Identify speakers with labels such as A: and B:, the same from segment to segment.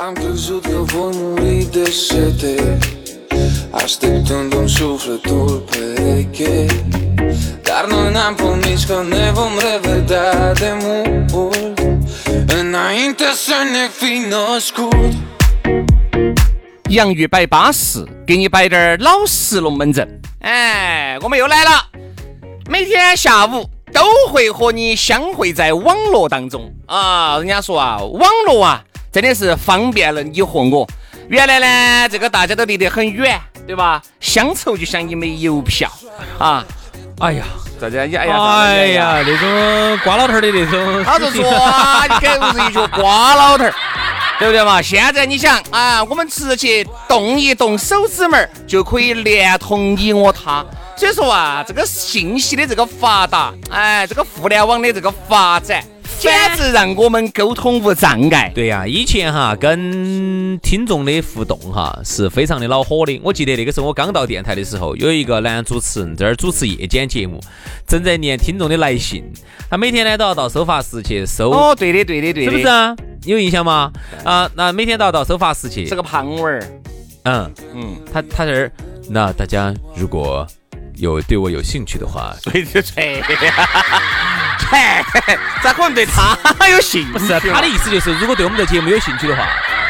A: Am crezut că voi muri de sete Așteptând un sufletul pereche Dar noi n-am promis că ne vom revedea de mult Înainte să ne fi născut
B: 洋芋摆巴适，给你摆点儿老实龙门阵。哎，我们又来了，每天下午都会和你相会在网络当中啊。人家说啊，网络啊，真的是方便了你和我。原来呢，这个大家都离得很远，对吧？乡愁就像一枚邮票啊。
C: 哎呀，
B: 大家，哎呀，
C: 哎
B: 大家
C: 呀，那种瓜老头儿的那种，
B: 他就说啊，你给不是一脚瓜老头儿，对不对嘛？现在你想啊，我们直接动一动手指门儿就可以连通你我他。所以说啊，这个信息的这个发达，哎，这个互联网的这个发展，简直让我们沟通无障碍。
C: 对呀、以前哈跟听众的互动哈是非常的恼火的。我记得那个时候我刚到电台的时候，有一个男主持人在那儿主持夜间节目，正在念听众的来信。他每天呢都要到收发室去收，
B: 哦，对的，对的，对
C: 是
B: 的，
C: 不是？啊？有印象吗？啊，那每天都要到收发室去。
B: 是个胖娃儿，
C: 嗯，
B: 嗯，
C: 他他在这儿。那大家如果有对我有兴趣的 话，
B: 对对对，嘿，咋可能对他有兴趣？
C: 不是啊他的意思就是，如果对我们这节目有兴趣的话，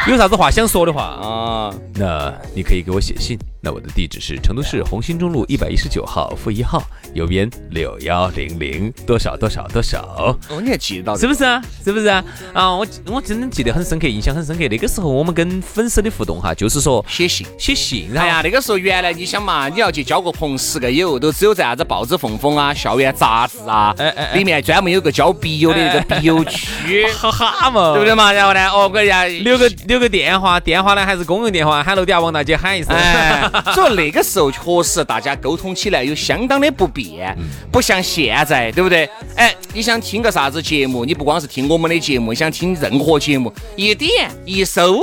C: 有啥子话想说的话啊。
B: 啊。
C: 那你可以给我写信，那我的地址是成都市红星中路一百一十九号负一号，邮编六幺零零多少多少多少，
B: 哦，你还记得到这
C: 是
B: 个
C: 不是啊？是不是啊？啊，我我真的记得很深刻，印象很深刻。那个时候我们跟粉丝的互动哈，就是说
B: 写信？
C: 写信，
B: 哎
C: 然
B: 呀，
C: 后
B: 那个时候原来你想嘛，你要去交个朋十个友，都只有在啥子报纸缝缝啊、校园杂志啊，
C: 哎哎哎哎
B: 里面专门有个交笔友的那个笔友 区，
C: 哈哈嘛，
B: 对不对？嘛？然后呢，哦，给人家
C: 留个留个电话，电话呢还是公用电话，喊楼底下王大姐喊一声。
B: 哎， 所以那个时候确实大家沟通起来有相当的不便，不像现在，对不对？哎，你想听个啥子节目，你不光是听我们的节目，你想听任何节目，一点一搜。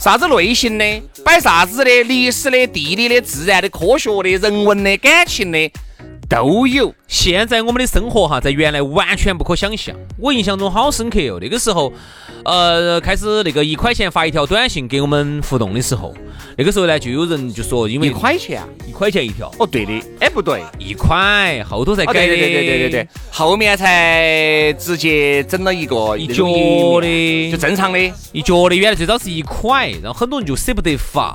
B: 啥子类型的，摆啥子的，历史的、地理的、自然的、科学的、人文的、感情的，都有。
C: 现在我们的生活哈，在原来完全不可想象。我印象中好深刻哦哟、那个时候，呃，开始那个一块钱发一条短信给我们互动的时候，那个时候呢，就有人就说，因为
B: 一块钱啊？
C: 一块钱一条，
B: 哦，对的，哎，不对，
C: 一块后头才
B: 哦，
C: 改的、
B: 对对对对对对对，后面才直接整了一个
C: 一
B: 那
C: 角
B: 种一
C: 的
B: 就正常的。
C: 一角的原来最早是一块，然后很多人就舍不得发。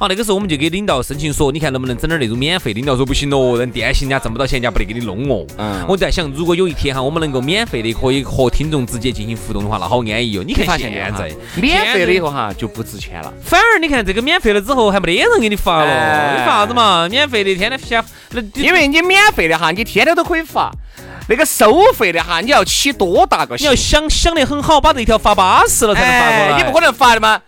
C: 啊，那个时候我们就给领导申请说，你看能不能整点那种免费？领导说不行哦，人电信人家挣不到钱，人家不得给你弄哦。
B: 嗯
C: 我在想，如果有一天哈，我们能够免费的可以和听众直接进行互动的话，那好安逸哟、哦你
B: 你发
C: 看
B: 现
C: 现
B: 哈
C: 在啊
B: 免费了以后哈就不值钱了。
C: 反而你看这个免费了之后，还没得人给你发了，
B: 哎
C: 你发啥子嘛？免费的天天发，那
B: 因为你免费的哈，你天天都可以发；那个收费的哈，你要起多大个
C: 你
B: 心
C: 要想想得很好，把这一条发巴适了才能发过
B: 哎，
C: 来。
B: 你不可能发的嘛。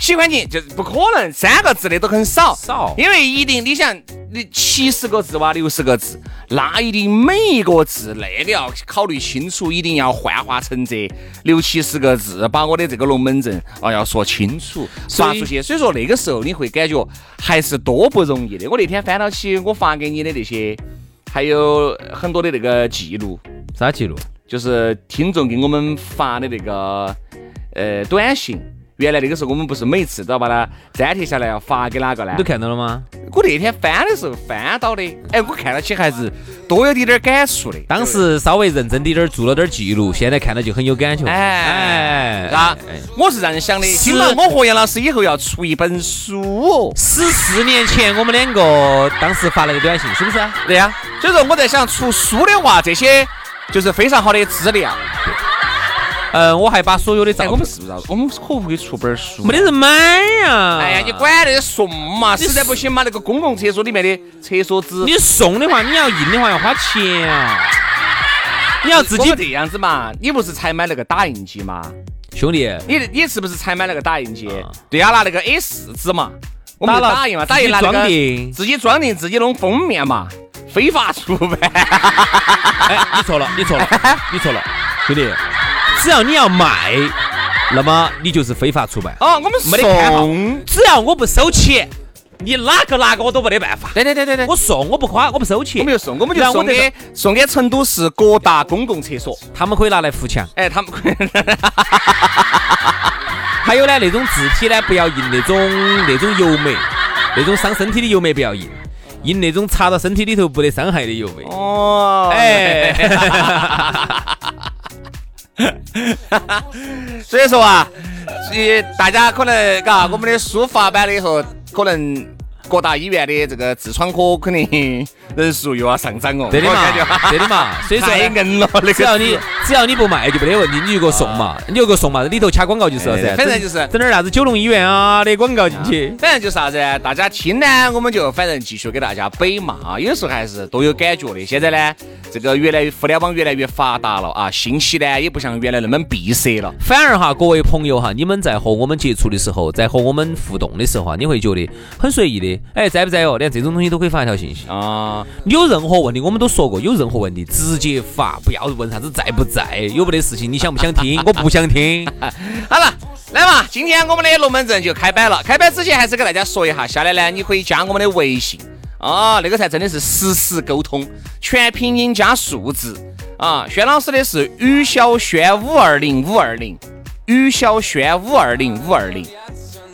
B: 喜欢你就是不可能，三个字的都很少，
C: 少
B: 因为一定你想你七十个字哇，六十个字，那一定每一个字那你要考虑清楚，一定要幻化成这六七十个字，把我的这个龙门阵啊要说清楚，
C: 所
B: 发
C: 以
B: 出去。所以说那个时候你会感觉还是多不容易的。我那天翻到起我发给你的那些，还有很多的那个记录，
C: 啥记录？
B: 就是听众给我们发的那个呃短信，原来那个时候我们不是每次都要把它粘贴下来要发给哪个呢
C: 你都？看到了吗？
B: 我那天翻的时候翻到的，哎，我看到起还是多有点点感触的。
C: 当时稍微认真滴点儿做了点儿记录，现在看到就很有感觉。
B: 哎，那
C: 哎哎
B: 我是这样想的，
C: 是
B: 今后我和杨老师以后要出一本书哦。
C: 十四年前我们两个当时发了个短信，是不啊是？
B: 对呀、所以说我在想，出书的话，这些就是非常好的资料。
C: 嗯，我还把所有的照
B: 哎，我
C: 片
B: 们，是不是啊？我们可不可以出本书？
C: 没得人买呀。
B: 哎呀，你管那些送嘛，实在不行嘛，那个公共厕所里面的厕所纸，
C: 你送的话，你要印的话要花钱啊。你要自
B: 我
C: 己
B: 们这样子嘛，你不是才买那个打印机吗？
C: 兄弟，哎
B: 你你是不是才买那个打印机
C: 啊？
B: 对呀，拿那个 A 四纸嘛，我们
C: 打
B: 就
C: 了
B: 打印嘛，
C: 自己
B: 打印拿那
C: 装
B: 个
C: 订
B: 自己装订，自己弄封面嘛，非法出版。
C: 哎，你错了，你错 了，你错了，兄弟，只要你要卖，那么你就是非法出版。
B: 哦，我们
C: 没得看法
B: 送。
C: 只要我不收钱，你哪个哪个我都没得办法。
B: 对对对对对，
C: 我送我不花，我不收钱。
B: 我们就送，我们就
C: 然后
B: 送
C: 我
B: 给送给成都市各大公共厕所。
C: 他们可以拿来扶墙。
B: 哎，他们
C: 还有呢，那种字体呢，不要印那种那种油煤，那种伤身体的油煤不要印，印那种擦到身体里头不得伤害的油煤。
B: 哦，
C: 哎，
B: 所以说啊，呃，大家可能嘎，我们的书发版了以后，可能各大医院的这个痔疮科肯定人数又要上涨哦。
C: 对的
B: 我
C: 嘛
B: 感觉，
C: 对的 嘛。所以说
B: 太
C: 呢，
B: 硬了，那个
C: 哎只要你
B: 字
C: 只要你不卖就没得问题，你就给我送嘛，你就给我送嘛，里头掐广告就是了噻。
B: 哎反正就是哎
C: 整点啥子九龙医院啊的广告进去。
B: 反正就是啥子呢？大家听呢，我们就反正继续给大家北骂啊，有时候还是多有感觉的。现在呢，这个越来越互联网越来越发达了啊，信息呢也不像原来那么闭塞了。
C: 反而哈，各位朋友哈，你们在和我们接触的时候，在和我们互动的时候啊，你会觉得很随意的。哎，在不在哦？连这种东西都可以发一条信息。
B: 啊，
C: 有任何问题，我们都说过，有任何问题直接发，不要问啥子在不在，有没得事情，你想不想听？我不想听。
B: 好了，来嘛，今天我们的龙门阵就开摆了。开摆之前还是给大家说一下，下来呢，你可以加我们的微信啊，那个才真的是实时沟通，全拼音加数字啊。轩老师的是于小轩五二零五二零，于小轩五二零五二零。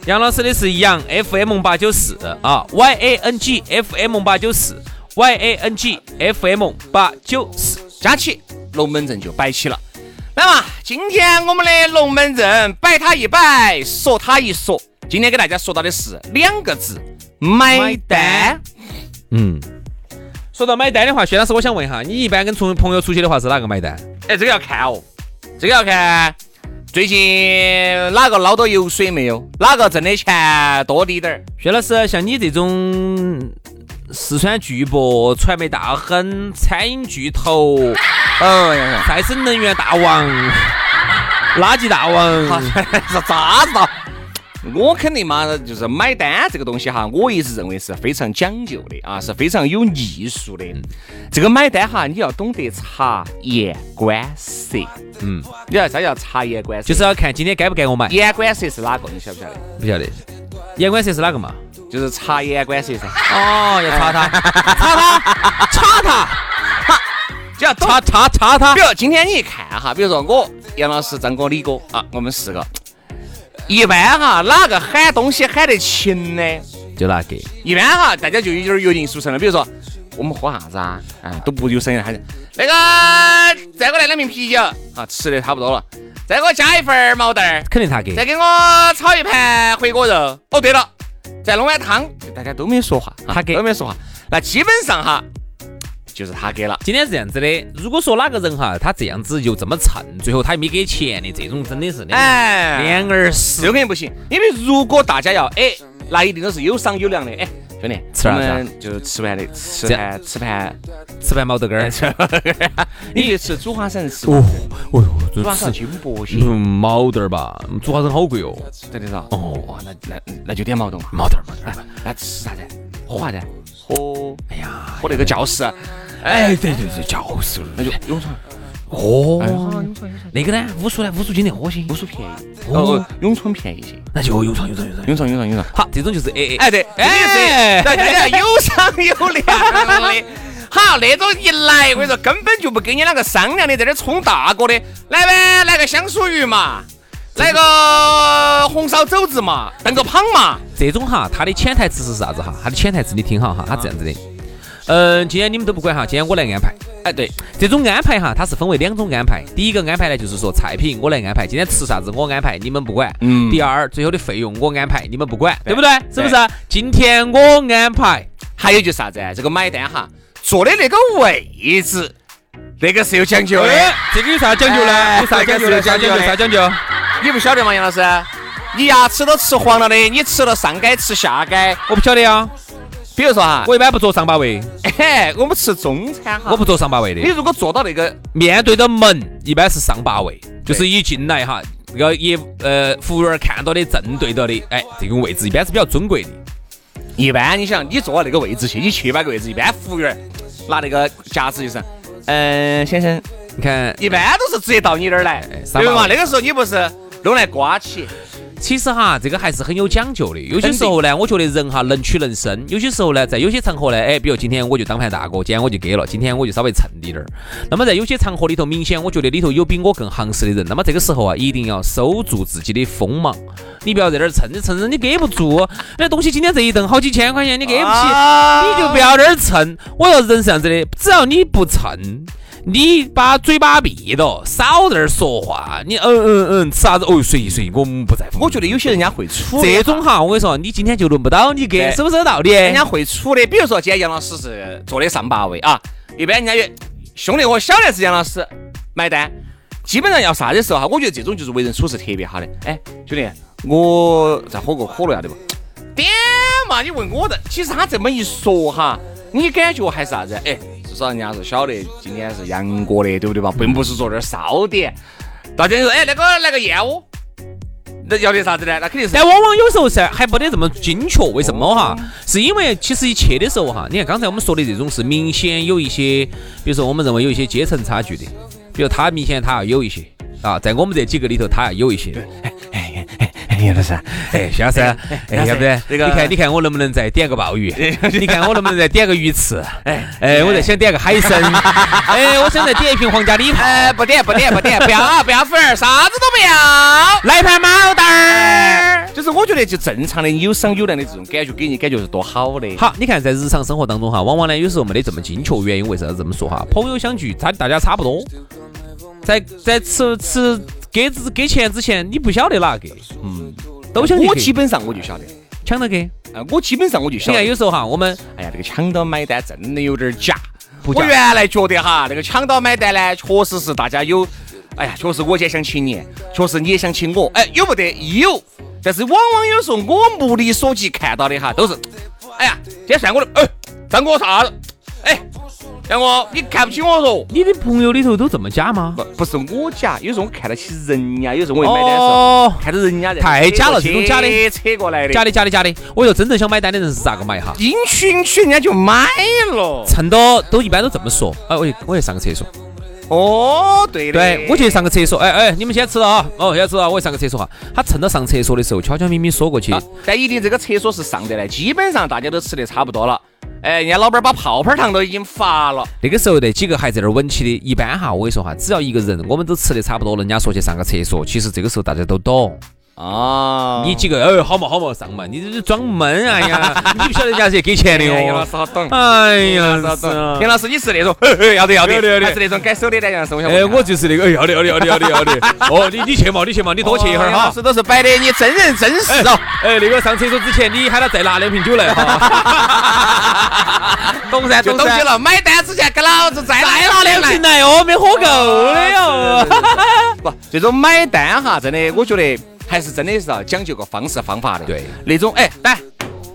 C: 杨老师的是杨 FM 八九四啊，Y A N G F M 八九四，Y A N G F M 八九四。
B: 加起，龙门阵就摆起了。来嘛，今天我们的龙门阵摆它一摆，说它一说。今天给大家说到的是两个字：买单。
C: 嗯，说到买单的话，薛老师，我想问一下，你一般跟朋朋友出去的话是哪个买单？
B: 哎，这个要看哦，这个要看最近哪个捞到油水没有，哪个挣的钱多滴点儿。
C: 薛老师，像你这种四川巨擘、传媒大亨、餐饮巨头、
B: 嗯，杨
C: 再生能源大王、垃圾大王，
B: 好， 是咋子了？啊我肯定嘛，就是买单这个东西哈，我一直认为是非常讲究的啊，是非常有艺术的。这个买单哈，你要懂得察言观色。
C: 嗯，
B: 你要啥叫察言观色？
C: 就是要看今天该不该我买。
B: 言观色是哪个？你晓不晓得？
C: 不晓得，眼观色是哪个嘛？
B: 就是察言 观色噻。
C: 哦，要查 他，查他，查他，
B: 只要懂
C: 查查查他
B: 比。如今天你一看哈，比如说我杨老师、张哥、李哥啊，我们四个，一般哈哪个喊东西喊得勤呢？
C: 就那个，
B: 一般哈，大家就有点儿约定俗成了。比如说，我们喝啥子啊？啊，都不有声音喊那个再给我来两瓶啤酒啊，吃的差不多了，再给我加一份儿毛蛋儿，
C: 肯定他给。
B: 再给我炒一盘回锅肉。哦，对了，再弄碗汤。大家都没说话，啊
C: 他给
B: 都没说话，那基本上哈，就是他给了。
C: 今天是这样子的，如果说哪个人哈，他这样子又这么蹭，最后他也没给钱的，这种真的是的，
B: 哎，
C: 两耳
B: 这
C: 屎
B: 个。肯定不行，因为如果大家要哎，那一定都是有商有量的。哎，兄弟，
C: 吃啥
B: 我
C: 子啊
B: 们就是吃完的，吃
C: 这
B: 盘吃盘，
C: 吃盘毛豆干儿。
B: 你去吃煮花生吃过
C: 哎哦，哦哟，这
B: 煮花
C: 吃
B: 生金箔蟹，
C: 嗯毛豆儿吧，煮花生好贵哦。
B: 对的是吧？哦，那那那就点毛豆嘛，
C: 毛豆儿，毛豆儿。
B: 那吃啥子？喝啥子？喝，哎呀，喝那个教室，啊
C: 哎，对对对，就是
B: 那就永川，
C: 哦。那个呢，乌苏呢，乌苏今天喝些
B: 永，川便宜，哦，永川便宜一些，
C: 那就用上用上用上。
B: 永川永川永川。
C: 好，这种就是 A A。
B: 哎，对，
C: 哎
B: 哎，对，大家有商有量的。好，那种一来，我跟你说，根本就不跟你啷个商量的，在这儿充大哥的。来呗，来个香酥鱼嘛，来个红烧肘子嘛，炖个胖嘛，
D: 这种哈，它的潜台词是啥子哈？它的潜台词你听好哈，它这样子的。嗯，今天你们都不管哈，今天我来安排。
B: 哎，对，
D: 这种安排哈，它是分为两种安排。第一个安排呢，就是说菜品我来安排，今天吃啥子我安排，你们不管。
B: 嗯
D: 第二，最后的费用我安排，你们不管，对不对？是
B: 对
D: 不是？今天我安排，
B: 还有就是啥子？这个买单哈，坐的那个位置，那个是有讲究的。
D: 哎，这个有啥讲究呢？
B: 哎
D: 有啥讲究呢？有啥讲究？啥讲究？
B: 你不晓得吗，杨老师？你牙齿都吃黄了的，你吃了上街吃下街。
D: 我不晓得呀，
B: 比如说哈，
D: 我一般不坐上八位，
B: 嘿，我们吃中餐哈，
D: 我不。坐上八位的
B: 你。如果坐到那个，
D: 面对的门一般是上八位，就是一进来哈，这个业务呃服务员看到的正对到的，哎，这种位置一般是比较尊贵的。
B: 一般你想你坐到那个位置去，你去摆个位置，一般服务员拿那个夹子就是，嗯、先生，
D: 你看，
B: 一般都是直接到你这儿来，
D: 上
B: 对嘛？
D: 班
B: 那个时候你不是弄来刮起，
D: 其实哈，这个还是很有讲究的。有些时候呢，我觉得人哈能屈能伸；有些时候呢，在有些场合呢，哎，比如今天我就当盘大哥，今天我就给了，今天我就稍微蹭滴点儿。那么在有些场合里头，明显我觉得里头有比我更行势的人，那么这个时候啊，一定要收住自己的锋芒，你不要在这儿蹭着蹭着，你给不住。那东西今天这一顿好几千块钱，你给不起。
B: 啊
D: 你就不要在这儿蹭。我说人是这样子的，只要你不蹭，你把嘴巴闭到，少在这儿说话。你嗯嗯嗯，吃啥子？哦，随意随意，我们不在乎。
B: 我觉得有些人家会处理
D: 这种哈，我跟你说，你今天就轮不到你给，
B: 对
D: 是不是有道理？
B: 人家会处的。比如说今天杨老师是坐的上八位啊，一般人家也兄弟伙晓得是杨老师买单，基本上要啥的时候哈，我觉得这种就是为人处事特别好的。哎，兄弟，我再喝个可乐要得不？点嘛，你问我的，其实他这么一说哈，你感觉还是啥子？哎，至少人家是晓得今天是杨哥的，对不对嘛？并不是说这儿烧点，大家就说哎那个来个燕窝，那要得啥子呢？那肯定是
D: 但往往有时候噻，还不得这么精确，为什么哈？是因为其实一切的时候哈，你看刚才我们说的这种是明显有一些，比如说我们认为有一些阶层差距的，比如他明显他要有一些啊，在我们这几个里头他要有一些。
B: 哎呀，老师，
D: 哎，徐老师，哎，
B: 老师
D: 要不然
B: 这个
D: 你看，你看我能不能再点个 鲍鱼？
B: 哎
D: 你看我能不能再点个鱼翅？哎，哎，我再想点个海 参。哎，我想再点一瓶皇家礼炮。
B: 哎，不点不点不点，不要啊， 不要粉儿，啥子都不要。
D: 来盘毛蛋儿。
B: 就是我觉得就正常的有商有量的这种感觉，给人感觉是多好的。
D: 好，你看在日常生活当中哈，往往呢有时候没得这么精确，原因为啥子这么说哈？朋友相聚，他大家差不多，在在吃吃给之给钱之前，你不晓得哪个，嗯，都想去
B: 我
D: 给
B: 基本上我就晓得，
D: 抢到给。
B: 啊，我基本上我就晓
D: 你
B: 得
D: 看。有时候哈，我们
B: 哎呀，这个抢到买单真的有点假。
D: 假
B: 我原来觉得哈，那个抢到买单呢，确实是大家有，哎呀，确实我今天想请你，确实你也想请我，哎，有没得有？但是往往有时候我目力所及看到的哈，都是，哎呀，今天算我的，哎，张哥啥子？哎，杨哥，你看不起我说。
D: 你的朋友里头都这么假吗？
B: 不不是我假，有时候我看得起人家，有时候我一买单的时候，
D: 哦，
B: 看到人家在
D: 太假了
B: 扯
D: 这种假的
B: 扯过来的，
D: 假的假的假的。我说真正想买单的人是咋个买哈？
B: 进群区人家就买了。
D: 趁到都一般都这么说，哎，我去我去上个厕所。
B: 哦，对的，
D: 对，我去上个厕所。哎哎，你们先吃了啊，哦，先吃了，我去上个厕所哈。他趁到上厕所的时候，悄悄咪咪缩过去
B: 啊。但一定这个厕所是上得来，基本上大家都吃得差不多了。哎，人家老板把泡泡糖都已经发了，
D: 那个时候那几个还在那儿稳起的，一般哈，我跟你说哈，只要一个人，我们都吃的差不多，人家说去上个厕所，其实这个时候大家都懂。
B: 啊
D: 你几个，哎，好嘛好嘛，上嘛，你这是装闷，哎呀，你不晓得人家是给钱的
B: 哎杨老
D: 哦
B: 师。好懂，
D: 哎呀，是啊
B: 杨老师你是那种嘿嘿要得要得啊
D: 要得要得
B: 还是那种改手的呢？杨老师，我想问一
D: 哎，
B: 下
D: 我就是那个，哎，要得要得要得要得 要得。哦，你你去嘛，你去嘛，你多去一会儿
B: 哦杨老
D: 哈。
B: 师都是摆的，你真人真事
D: 哎
B: 哦。
D: 哎，那个上厕所之前，你喊他再拿两瓶酒来哈。懂噻，
B: 就
D: 懂
B: 懂
D: 噻
B: 起。了，买单之前给老子再
D: 再
B: 拿
D: 拿
B: 两
D: 两
B: 瓶
D: 瓶
B: 来。
D: 来哦，没喝够的哟。
B: 不，这种买单哈，真的，我觉得还是真的是要讲究个方式方法的。
D: 对，
B: 那种哎，但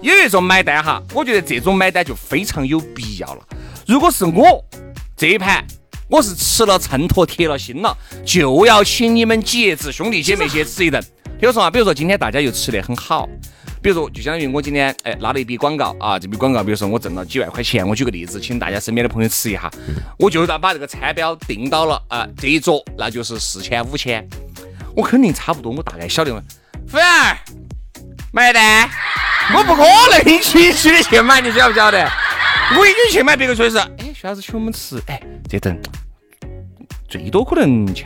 B: 有一种买单哈，我觉得这种买单就非常有必要了。如果是我这一盘。我是吃了秤砣铁了心了，就要请你们几爷子兄弟姐妹去吃一顿。比如说啊，比如说今天大家又吃得很好，比如说就相当于我今天哎拉了一笔广告啊，这笔广告比如说我挣了几万块钱，我举个例子，请大家身边的朋友吃一下，我就把这个餐标定到了啊、这一桌那就是四千五千，我肯定差不多，我大概晓得嘛。服务员儿，买单，我不可能一起起的去买，你晓不晓得？我已经去买，别个说的是，哎，徐老师请我们吃，哎，这顿最多可能千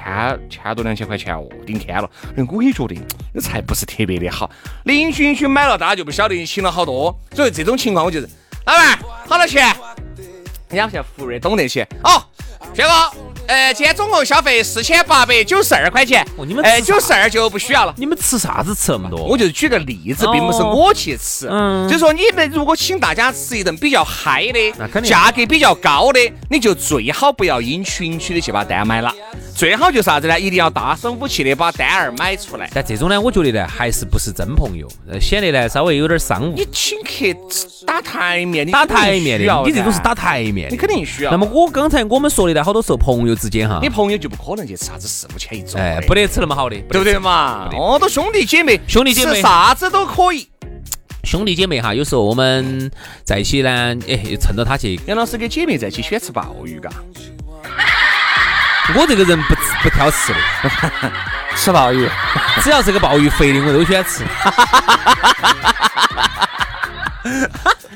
B: 千多两千块钱哦，顶天了。哎，我也觉得那菜不是特别的好。邻居邻居买了，大家就不晓得请了好多，所以这种情况我就是，老板好多钱？人家不像服务员懂那些哦，薛哥。呃，今天总共消费四千八百九十二块钱，
D: 哦你们
B: 呃
D: 吃啥
B: 九十二就不需要了。
D: 你们吃啥子吃那么多？
B: 我就举个例子，并不是
D: 哦
B: 我去吃，
D: 嗯
B: 就是说你们如果请大家吃一顿比较嗨
D: 那
B: 的，
D: 肯定
B: 价格比较高的，你就最好不要因群区的去把单买了，最好就是啥子呢？一定要大声武器的把单儿买出来。
D: 但这种呢，我觉得呢，还是不是真朋友，呃显得呢稍微有点商务
B: 你。请客吃打台面，你
D: 打
B: 肯定
D: 台面
B: 需要
D: 的，你这种是
B: 噻
D: 打，台面
B: 你
D: 的。
B: 肯定需要。
D: 那么我刚才我们说的呢，好多时候朋友之间哈
B: 你，朋友就不可能去吃啥子四五千一桌的，
D: 哎，不得吃那么好的，
B: 对不对嘛？哦，都兄弟姐妹，
D: 兄弟姐妹
B: 吃啥子都可以。
D: 兄弟姐妹哈，有时候我们在一起呢，哎，趁着他去，
B: 杨老师跟姐妹在一起喜欢吃鲍鱼，嘎，
D: 我这个人不吃不挑食的，
B: 吃鲍鱼。
D: 只要是个鲍鱼肥的，我都喜欢吃。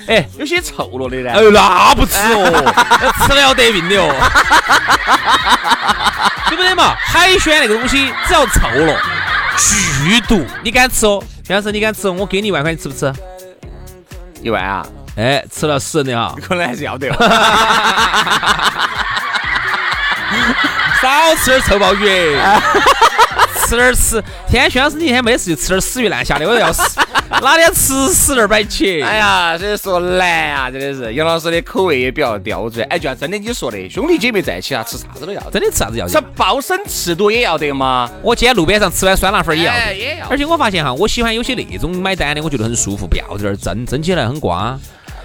D: 哎，
B: 有些臭了的呢
D: 哎，呦，那不吃哦，吃了要得病的 哦，对不对嘛？海鲜那个东西，只要臭了，剧毒，你敢吃哦？杨老师，你敢吃哦？我给你一万块，你吃不吃？
B: 一万啊，
D: 哎，吃了死人的 啊！
B: 可能还是要得哦。
D: 少吃点臭鲍鱼， 吃点儿吃。天轩老师，你一天没事就吃点儿死鱼烂虾的，我都要 死。哪天吃死点儿摆起？
B: 哎呀，这说难啊，真的是杨老师的口味也比较刁钻。哎，就像真的你说的，兄弟姐妹在一起啊，吃啥子都要得，
D: 真的吃啥子要
B: 吃
D: 得？
B: 鲍参翅肚也要得嘛。
D: 我今天路边上吃碗酸辣粉儿也要
B: 哎
D: 得。
B: 也要
D: 而且我发现哈，我喜欢有些那种买单的，我觉得很舒服，不要在那儿蒸，蒸起来很瓜。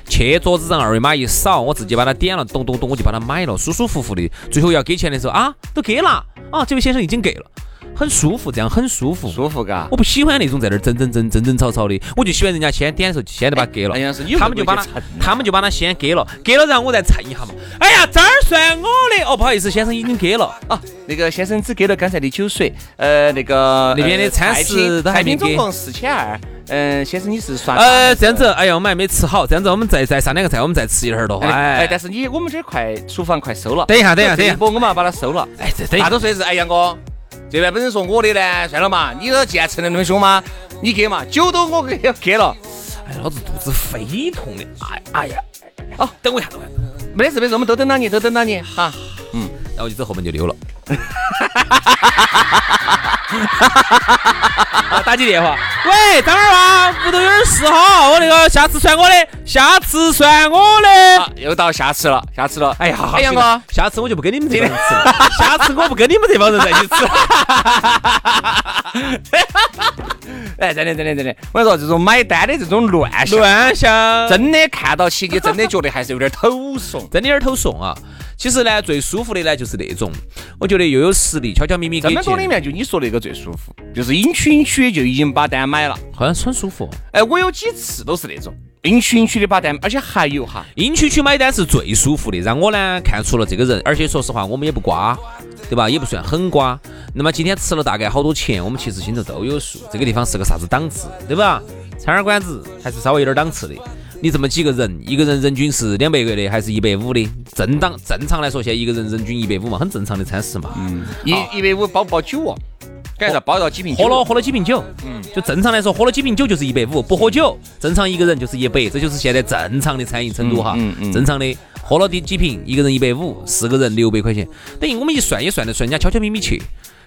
D: 去桌子上二维码一扫，我自己把它点了，咚咚咚，我就把它买了，舒舒服服的。最后要给钱的时候啊，都给了啊，这位先生已经给了，很舒服，这样很舒服。
B: 舒服嘎。
D: 我不喜欢那种在那儿争争争争争吵吵的，我就喜欢人家先点的时候就先得把它给了
B: 哎杨老师你，会
D: 他
B: 不
D: 们
B: 会
D: 就把它
B: 去蹭呢
D: 他们就把它先给了，给了然后我再蹭一下嘛。哎呀，这儿算我的哦，不好意思，先生已经给了。
B: 啊，那个先生只给了刚才的酒水，呃，那个
D: 那边的
B: 呃
D: 餐
B: 菜
D: 食
B: 品
D: 都还
B: 菜
D: 没
B: 品总
D: 给
B: 共四千二。嗯，先生你是刷卡
D: 呃，
B: 还是
D: 这样子，。哎呀，我们还没吃好，这样子我们再再上两个菜，我们再吃一会儿的话。
B: 哎哎，
D: 哎
B: 但，是你我们这儿快厨房快收了，
D: 等一下等一下
B: 这
D: 等一下
B: 波我们要把它收了。
D: 哎，这等一
B: 大
D: 下
B: 多数也是哎杨哥，这边本身说我的呢，算了嘛，你这既然承认那么凶嘛，你给嘛，酒都我给给了，
D: 哎，老子肚子非痛的，哎哎呀，好，等我一下，等我一下，
B: 没得事没得事，我们都等到你，都等到你哈。
D: 然后我就走后门就溜了。 啊打起电话，喂，等会儿啊，屋头有点事哈，我那个下次算我的，下次算我的。
B: 啊，又到下次了，下次了，
D: 哎呀，好
B: 哎杨哥，
D: 下次我就不跟你们这帮人吃 了，下次我不跟你们这帮人在一起吃。
B: 哎，真的真的真的，我跟你说，这种买单的这种乱象，
D: 乱想，真。
B: 真的看到 起，你真的觉得还是有点头怂
D: 真的有点头怂啊。其实呢，最舒服的呢就是那种，我觉得又有实力，悄悄咪咪
B: 这
D: 给
B: 么多里
D: 钱，
B: 面，就你说那个最舒服，就是因区因区就已经把单买了。
D: 好像很舒服。
B: 哎，我有几次都是那种因区因区的把单，而且还有哈，
D: 阴区区买单是最舒服的，让我呢看出了这个人，而且说实话，我们也不瓜，对吧？也不算很瓜。那么今天吃了大概好多钱，我们其实心头都有数，这个地方是个啥子档次，对吧？餐馆馆子还是稍微有点档次的。你这么几个人，一个人人均是两百个的，还是一百五的？正当正常来说，现在一个人人均一百五嘛，很正常的餐食嘛。嗯。
B: 一一百五包不包酒哦？感觉包到几瓶酒？
D: 喝了喝了几瓶酒，嗯，就正常来说，喝了几瓶酒就是一百五，不喝酒，正常一个人就是一百，这就是现在正常的餐饮程度哈，
B: 嗯嗯嗯
D: 正常的喝了第几瓶，一个人一百五，四个人六百块钱，等于我们一算也算得出来，人家悄悄咪咪去，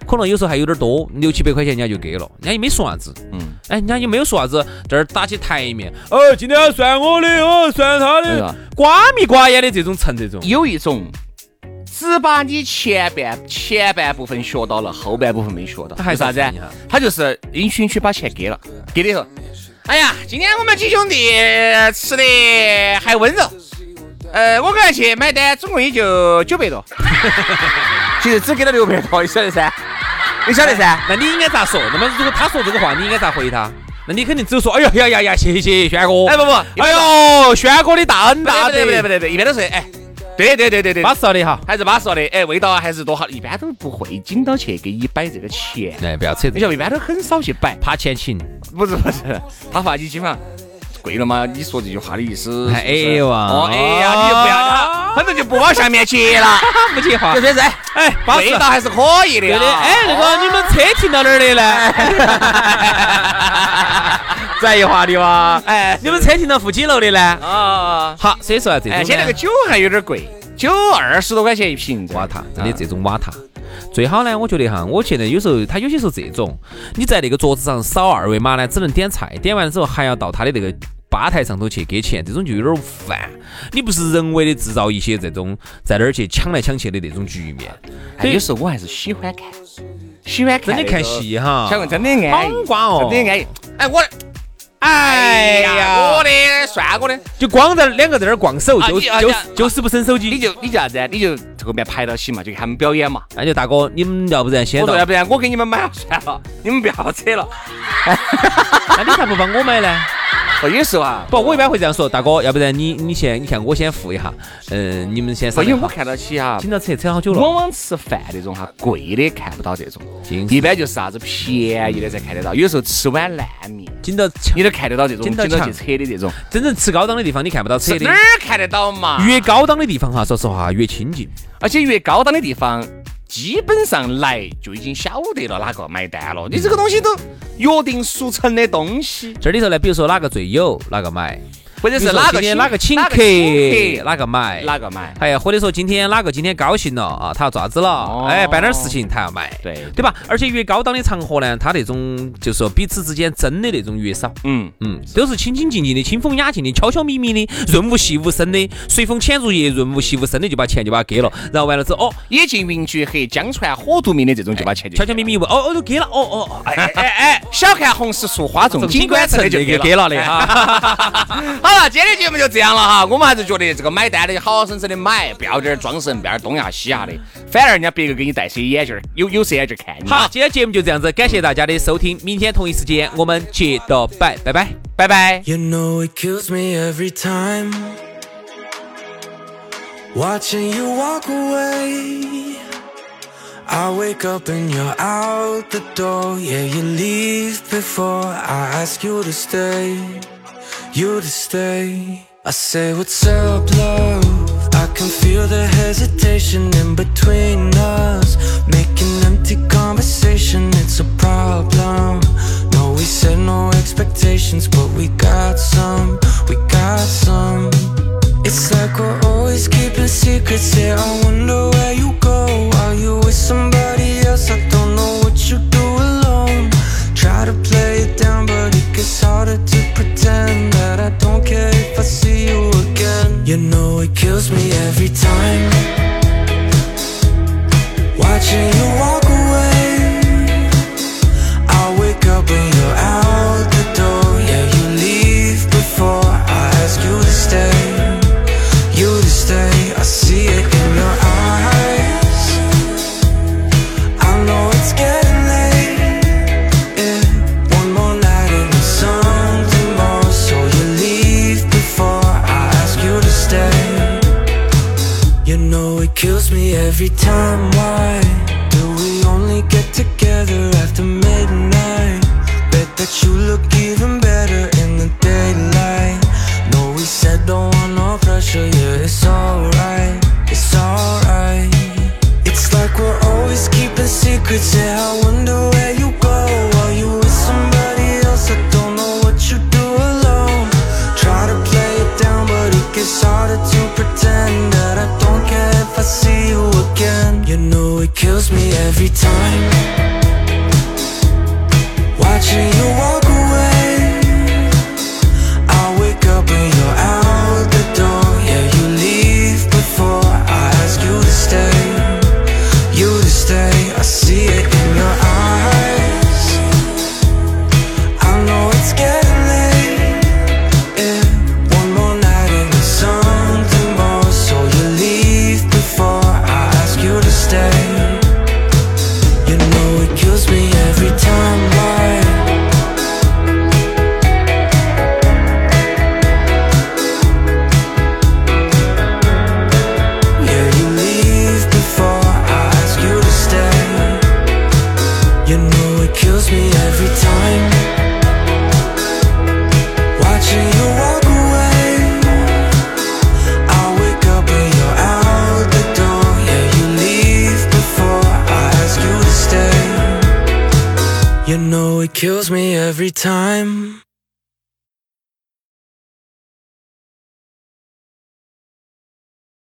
D: 可能有时候还有点多，六七百块钱人家就给了，人家也没说啥子，嗯，哎，人家也没有说啥子，这儿打起台面，哦，今天算我的，哦，算他
B: 哎呀
D: 的，瓜米瓜眼的这种成这种，
B: 有一种只把你前半前半部分学到了，后半部分没学到，
D: 他还
B: 有
D: 是
B: 啥子
D: 很厉害？
B: 他就是允许去把钱给了，给了以后，哎呀，今天我们几兄弟吃的还温柔，呃，我个人去买单，总共也就九 百多，其实只给了六百多，你晓得噻？你晓得噻？
D: 那你应该咋说？那么如果他说这个话，你应该咋回他？那你肯定只有说，哎呀呀呀呀，谢谢轩哥，
B: 哎不不，
D: 哎呦，轩哥的大恩
B: 不
D: 大
B: 对
D: 德，
B: 不对不对不对，一般都是哎，对对对对对，
D: 巴适了的哈。
B: 还是巴适了的，哎，味道还是多好，一般都不会紧到去给你摆这个钱。
D: 哎，不要扯
B: 你，晓得，一般都很少去摆，
D: 怕钱情。
B: 不是不是，他发起基本上贵了嘛？你说这句话的意思
D: 还
B: 是不是
D: AA 哇
B: 哦哎呀，你就不要，他
D: 啊
B: 反正就不往下面接 了，
D: 不接话
B: 就。这噻。
D: 哎，巴
B: 味
D: 适
B: 道。还是可以的
D: 对
B: 啊。
D: 的，哎，那个你们车停到哪 儿的呢？
B: 转移话题哇。哎
D: 你们车停到负几楼的呢？
B: 啊，
D: 好，所以说啊，这种
B: 哎，现在那
D: 呢
B: 个酒还有点贵，酒二十多块钱一瓶。
D: 瓦塔，真的这种瓦塔。最好呢，我觉得哈，我现在有时候他有些时候这种，你在那个桌子上扫二维码呢，只能点菜，点完之后还要到他的那个吧台上头去给钱，这种就有点烦。你不是人为的制造一些这种在那儿去抢来抢去的那种局面，
B: 哎，有时候我还是喜欢看，喜欢看
D: 真的看戏哈
B: 那个，小文真的安
D: 好
B: 逸，
D: 瓜哦，
B: 真的安逸。哎，我
D: 哎呀，
B: 我的算我的，
D: 就光在两个在那儿逛手，
B: 啊
D: 就
B: 你啊
D: 就
B: 你啊
D: 就是不省手
B: 你
D: 机。
B: 就你就啥子啊？你就后面排到起嘛，就给他们表演嘛。
D: 那就大哥，你们要不然先
B: 我
D: 到
B: 说，要不然我给你们买了算了，你们不要扯了。
D: 那你咋不帮我买呢？
B: 我有时候啊，
D: 不，我一般会这样说，大哥，要不然你你先，你看我先付一下，嗯，你们先
B: 不
D: 上。
B: 因为我看到起啊哈，
D: 今朝扯扯好久了。
B: 往往吃饭那种哈，贵的看不到这种，
D: 今
B: 一般就是啥子便宜的才看得到。有时候吃碗烂面，
D: 今朝
B: 你都看得到这种
D: 紧
B: 紧
D: 到
B: 到
D: 墙
B: 去扯的这种，
D: 真正吃高档的地方，你看不到车
B: 是
D: 的
B: 哪。儿看得到嘛？
D: 越高档的地方哈，说实话越清静。
B: 而且越高档的地方，基本上来就已经晓得了哪个买单了。你这个东西都约定俗成的东西，
D: 这里头呢，比如说哪个最有，哪个买；
B: 或者
D: 比
B: 是
D: 如说
B: 哪
D: 今
B: 个
D: 天哪个请
B: 哪
D: 客
B: 个请，客
D: 哪个买。
B: 哪个买，
D: 哎呀，或者说今天哪个今天高兴了啊，他要咋子了？
B: 哦
D: 哎，办点事情他要买，
B: 对
D: 对吧？而且越高档的场合呢，他那种就是说彼此之间争的那种越少。
B: 嗯，
D: 嗯，都是清清静静的、清风雅静的、悄悄咪咪的、润物细无声的、随风潜入夜、润物细无声的就把钱就把它给了，然后完了之后哦，
B: 野径云居黑，江船火独明的这种就把钱就
D: 悄悄咪咪问哦哦就给了，哦哦哦，哎
B: 哎哎哎，小看红石树花重，锦官城的就
D: 给
B: 给
D: 给
B: 了。
D: 了的哈。
B: 好了，今天节目就这样了哈，我们还是觉得这个买单的好好生生的买，不要点装神，不要东亚西亚的，反而人家别个给你戴些眼镜儿，有有色眼镜儿看你。
D: 好，，今天节目就这样子，感谢大家的收听，明天同一时间我们接着拜，拜拜，拜拜。
A: You know it kills me every time watching you walk away. I wake up and you're out the door. Yeah, you leave before I ask you to stay. You to stay. I say, What's up, love? I can feel the hesitation in between us. Making empty conversation, it's a problem. No, we said no expectations, but we got some. We got some. It's like we're always keeping secrets. Yeah, I wonder where you go. Are you with somebody else? I don't know what you do alone. Try to play it down, but it gets harder to pretend that I don't care if I see you again. You know it kills me every time. Watching you walk away. I wake up and you're out the door. Yeah, you leave before I ask you to stay. You to stay. I see it in your eyes. I know it's getting late. Yeah, one more night and it's something more. So you leave before I ask you to stay. You know it kills me every time. Why do we only get together after midnight? Bet that you look even better in the daylight. No, we said don't want no pressure. Yeah, it's alright. It's alright. It's like we're always keeping secrets. Yeah, I wonder where you go. Are you with somebody else? I don't know what you do alone. Try to play it down, but it gets harder to pretend that I don't care if I see you again. You know it kills me every time. Watching you walk away, I You know it kills me every time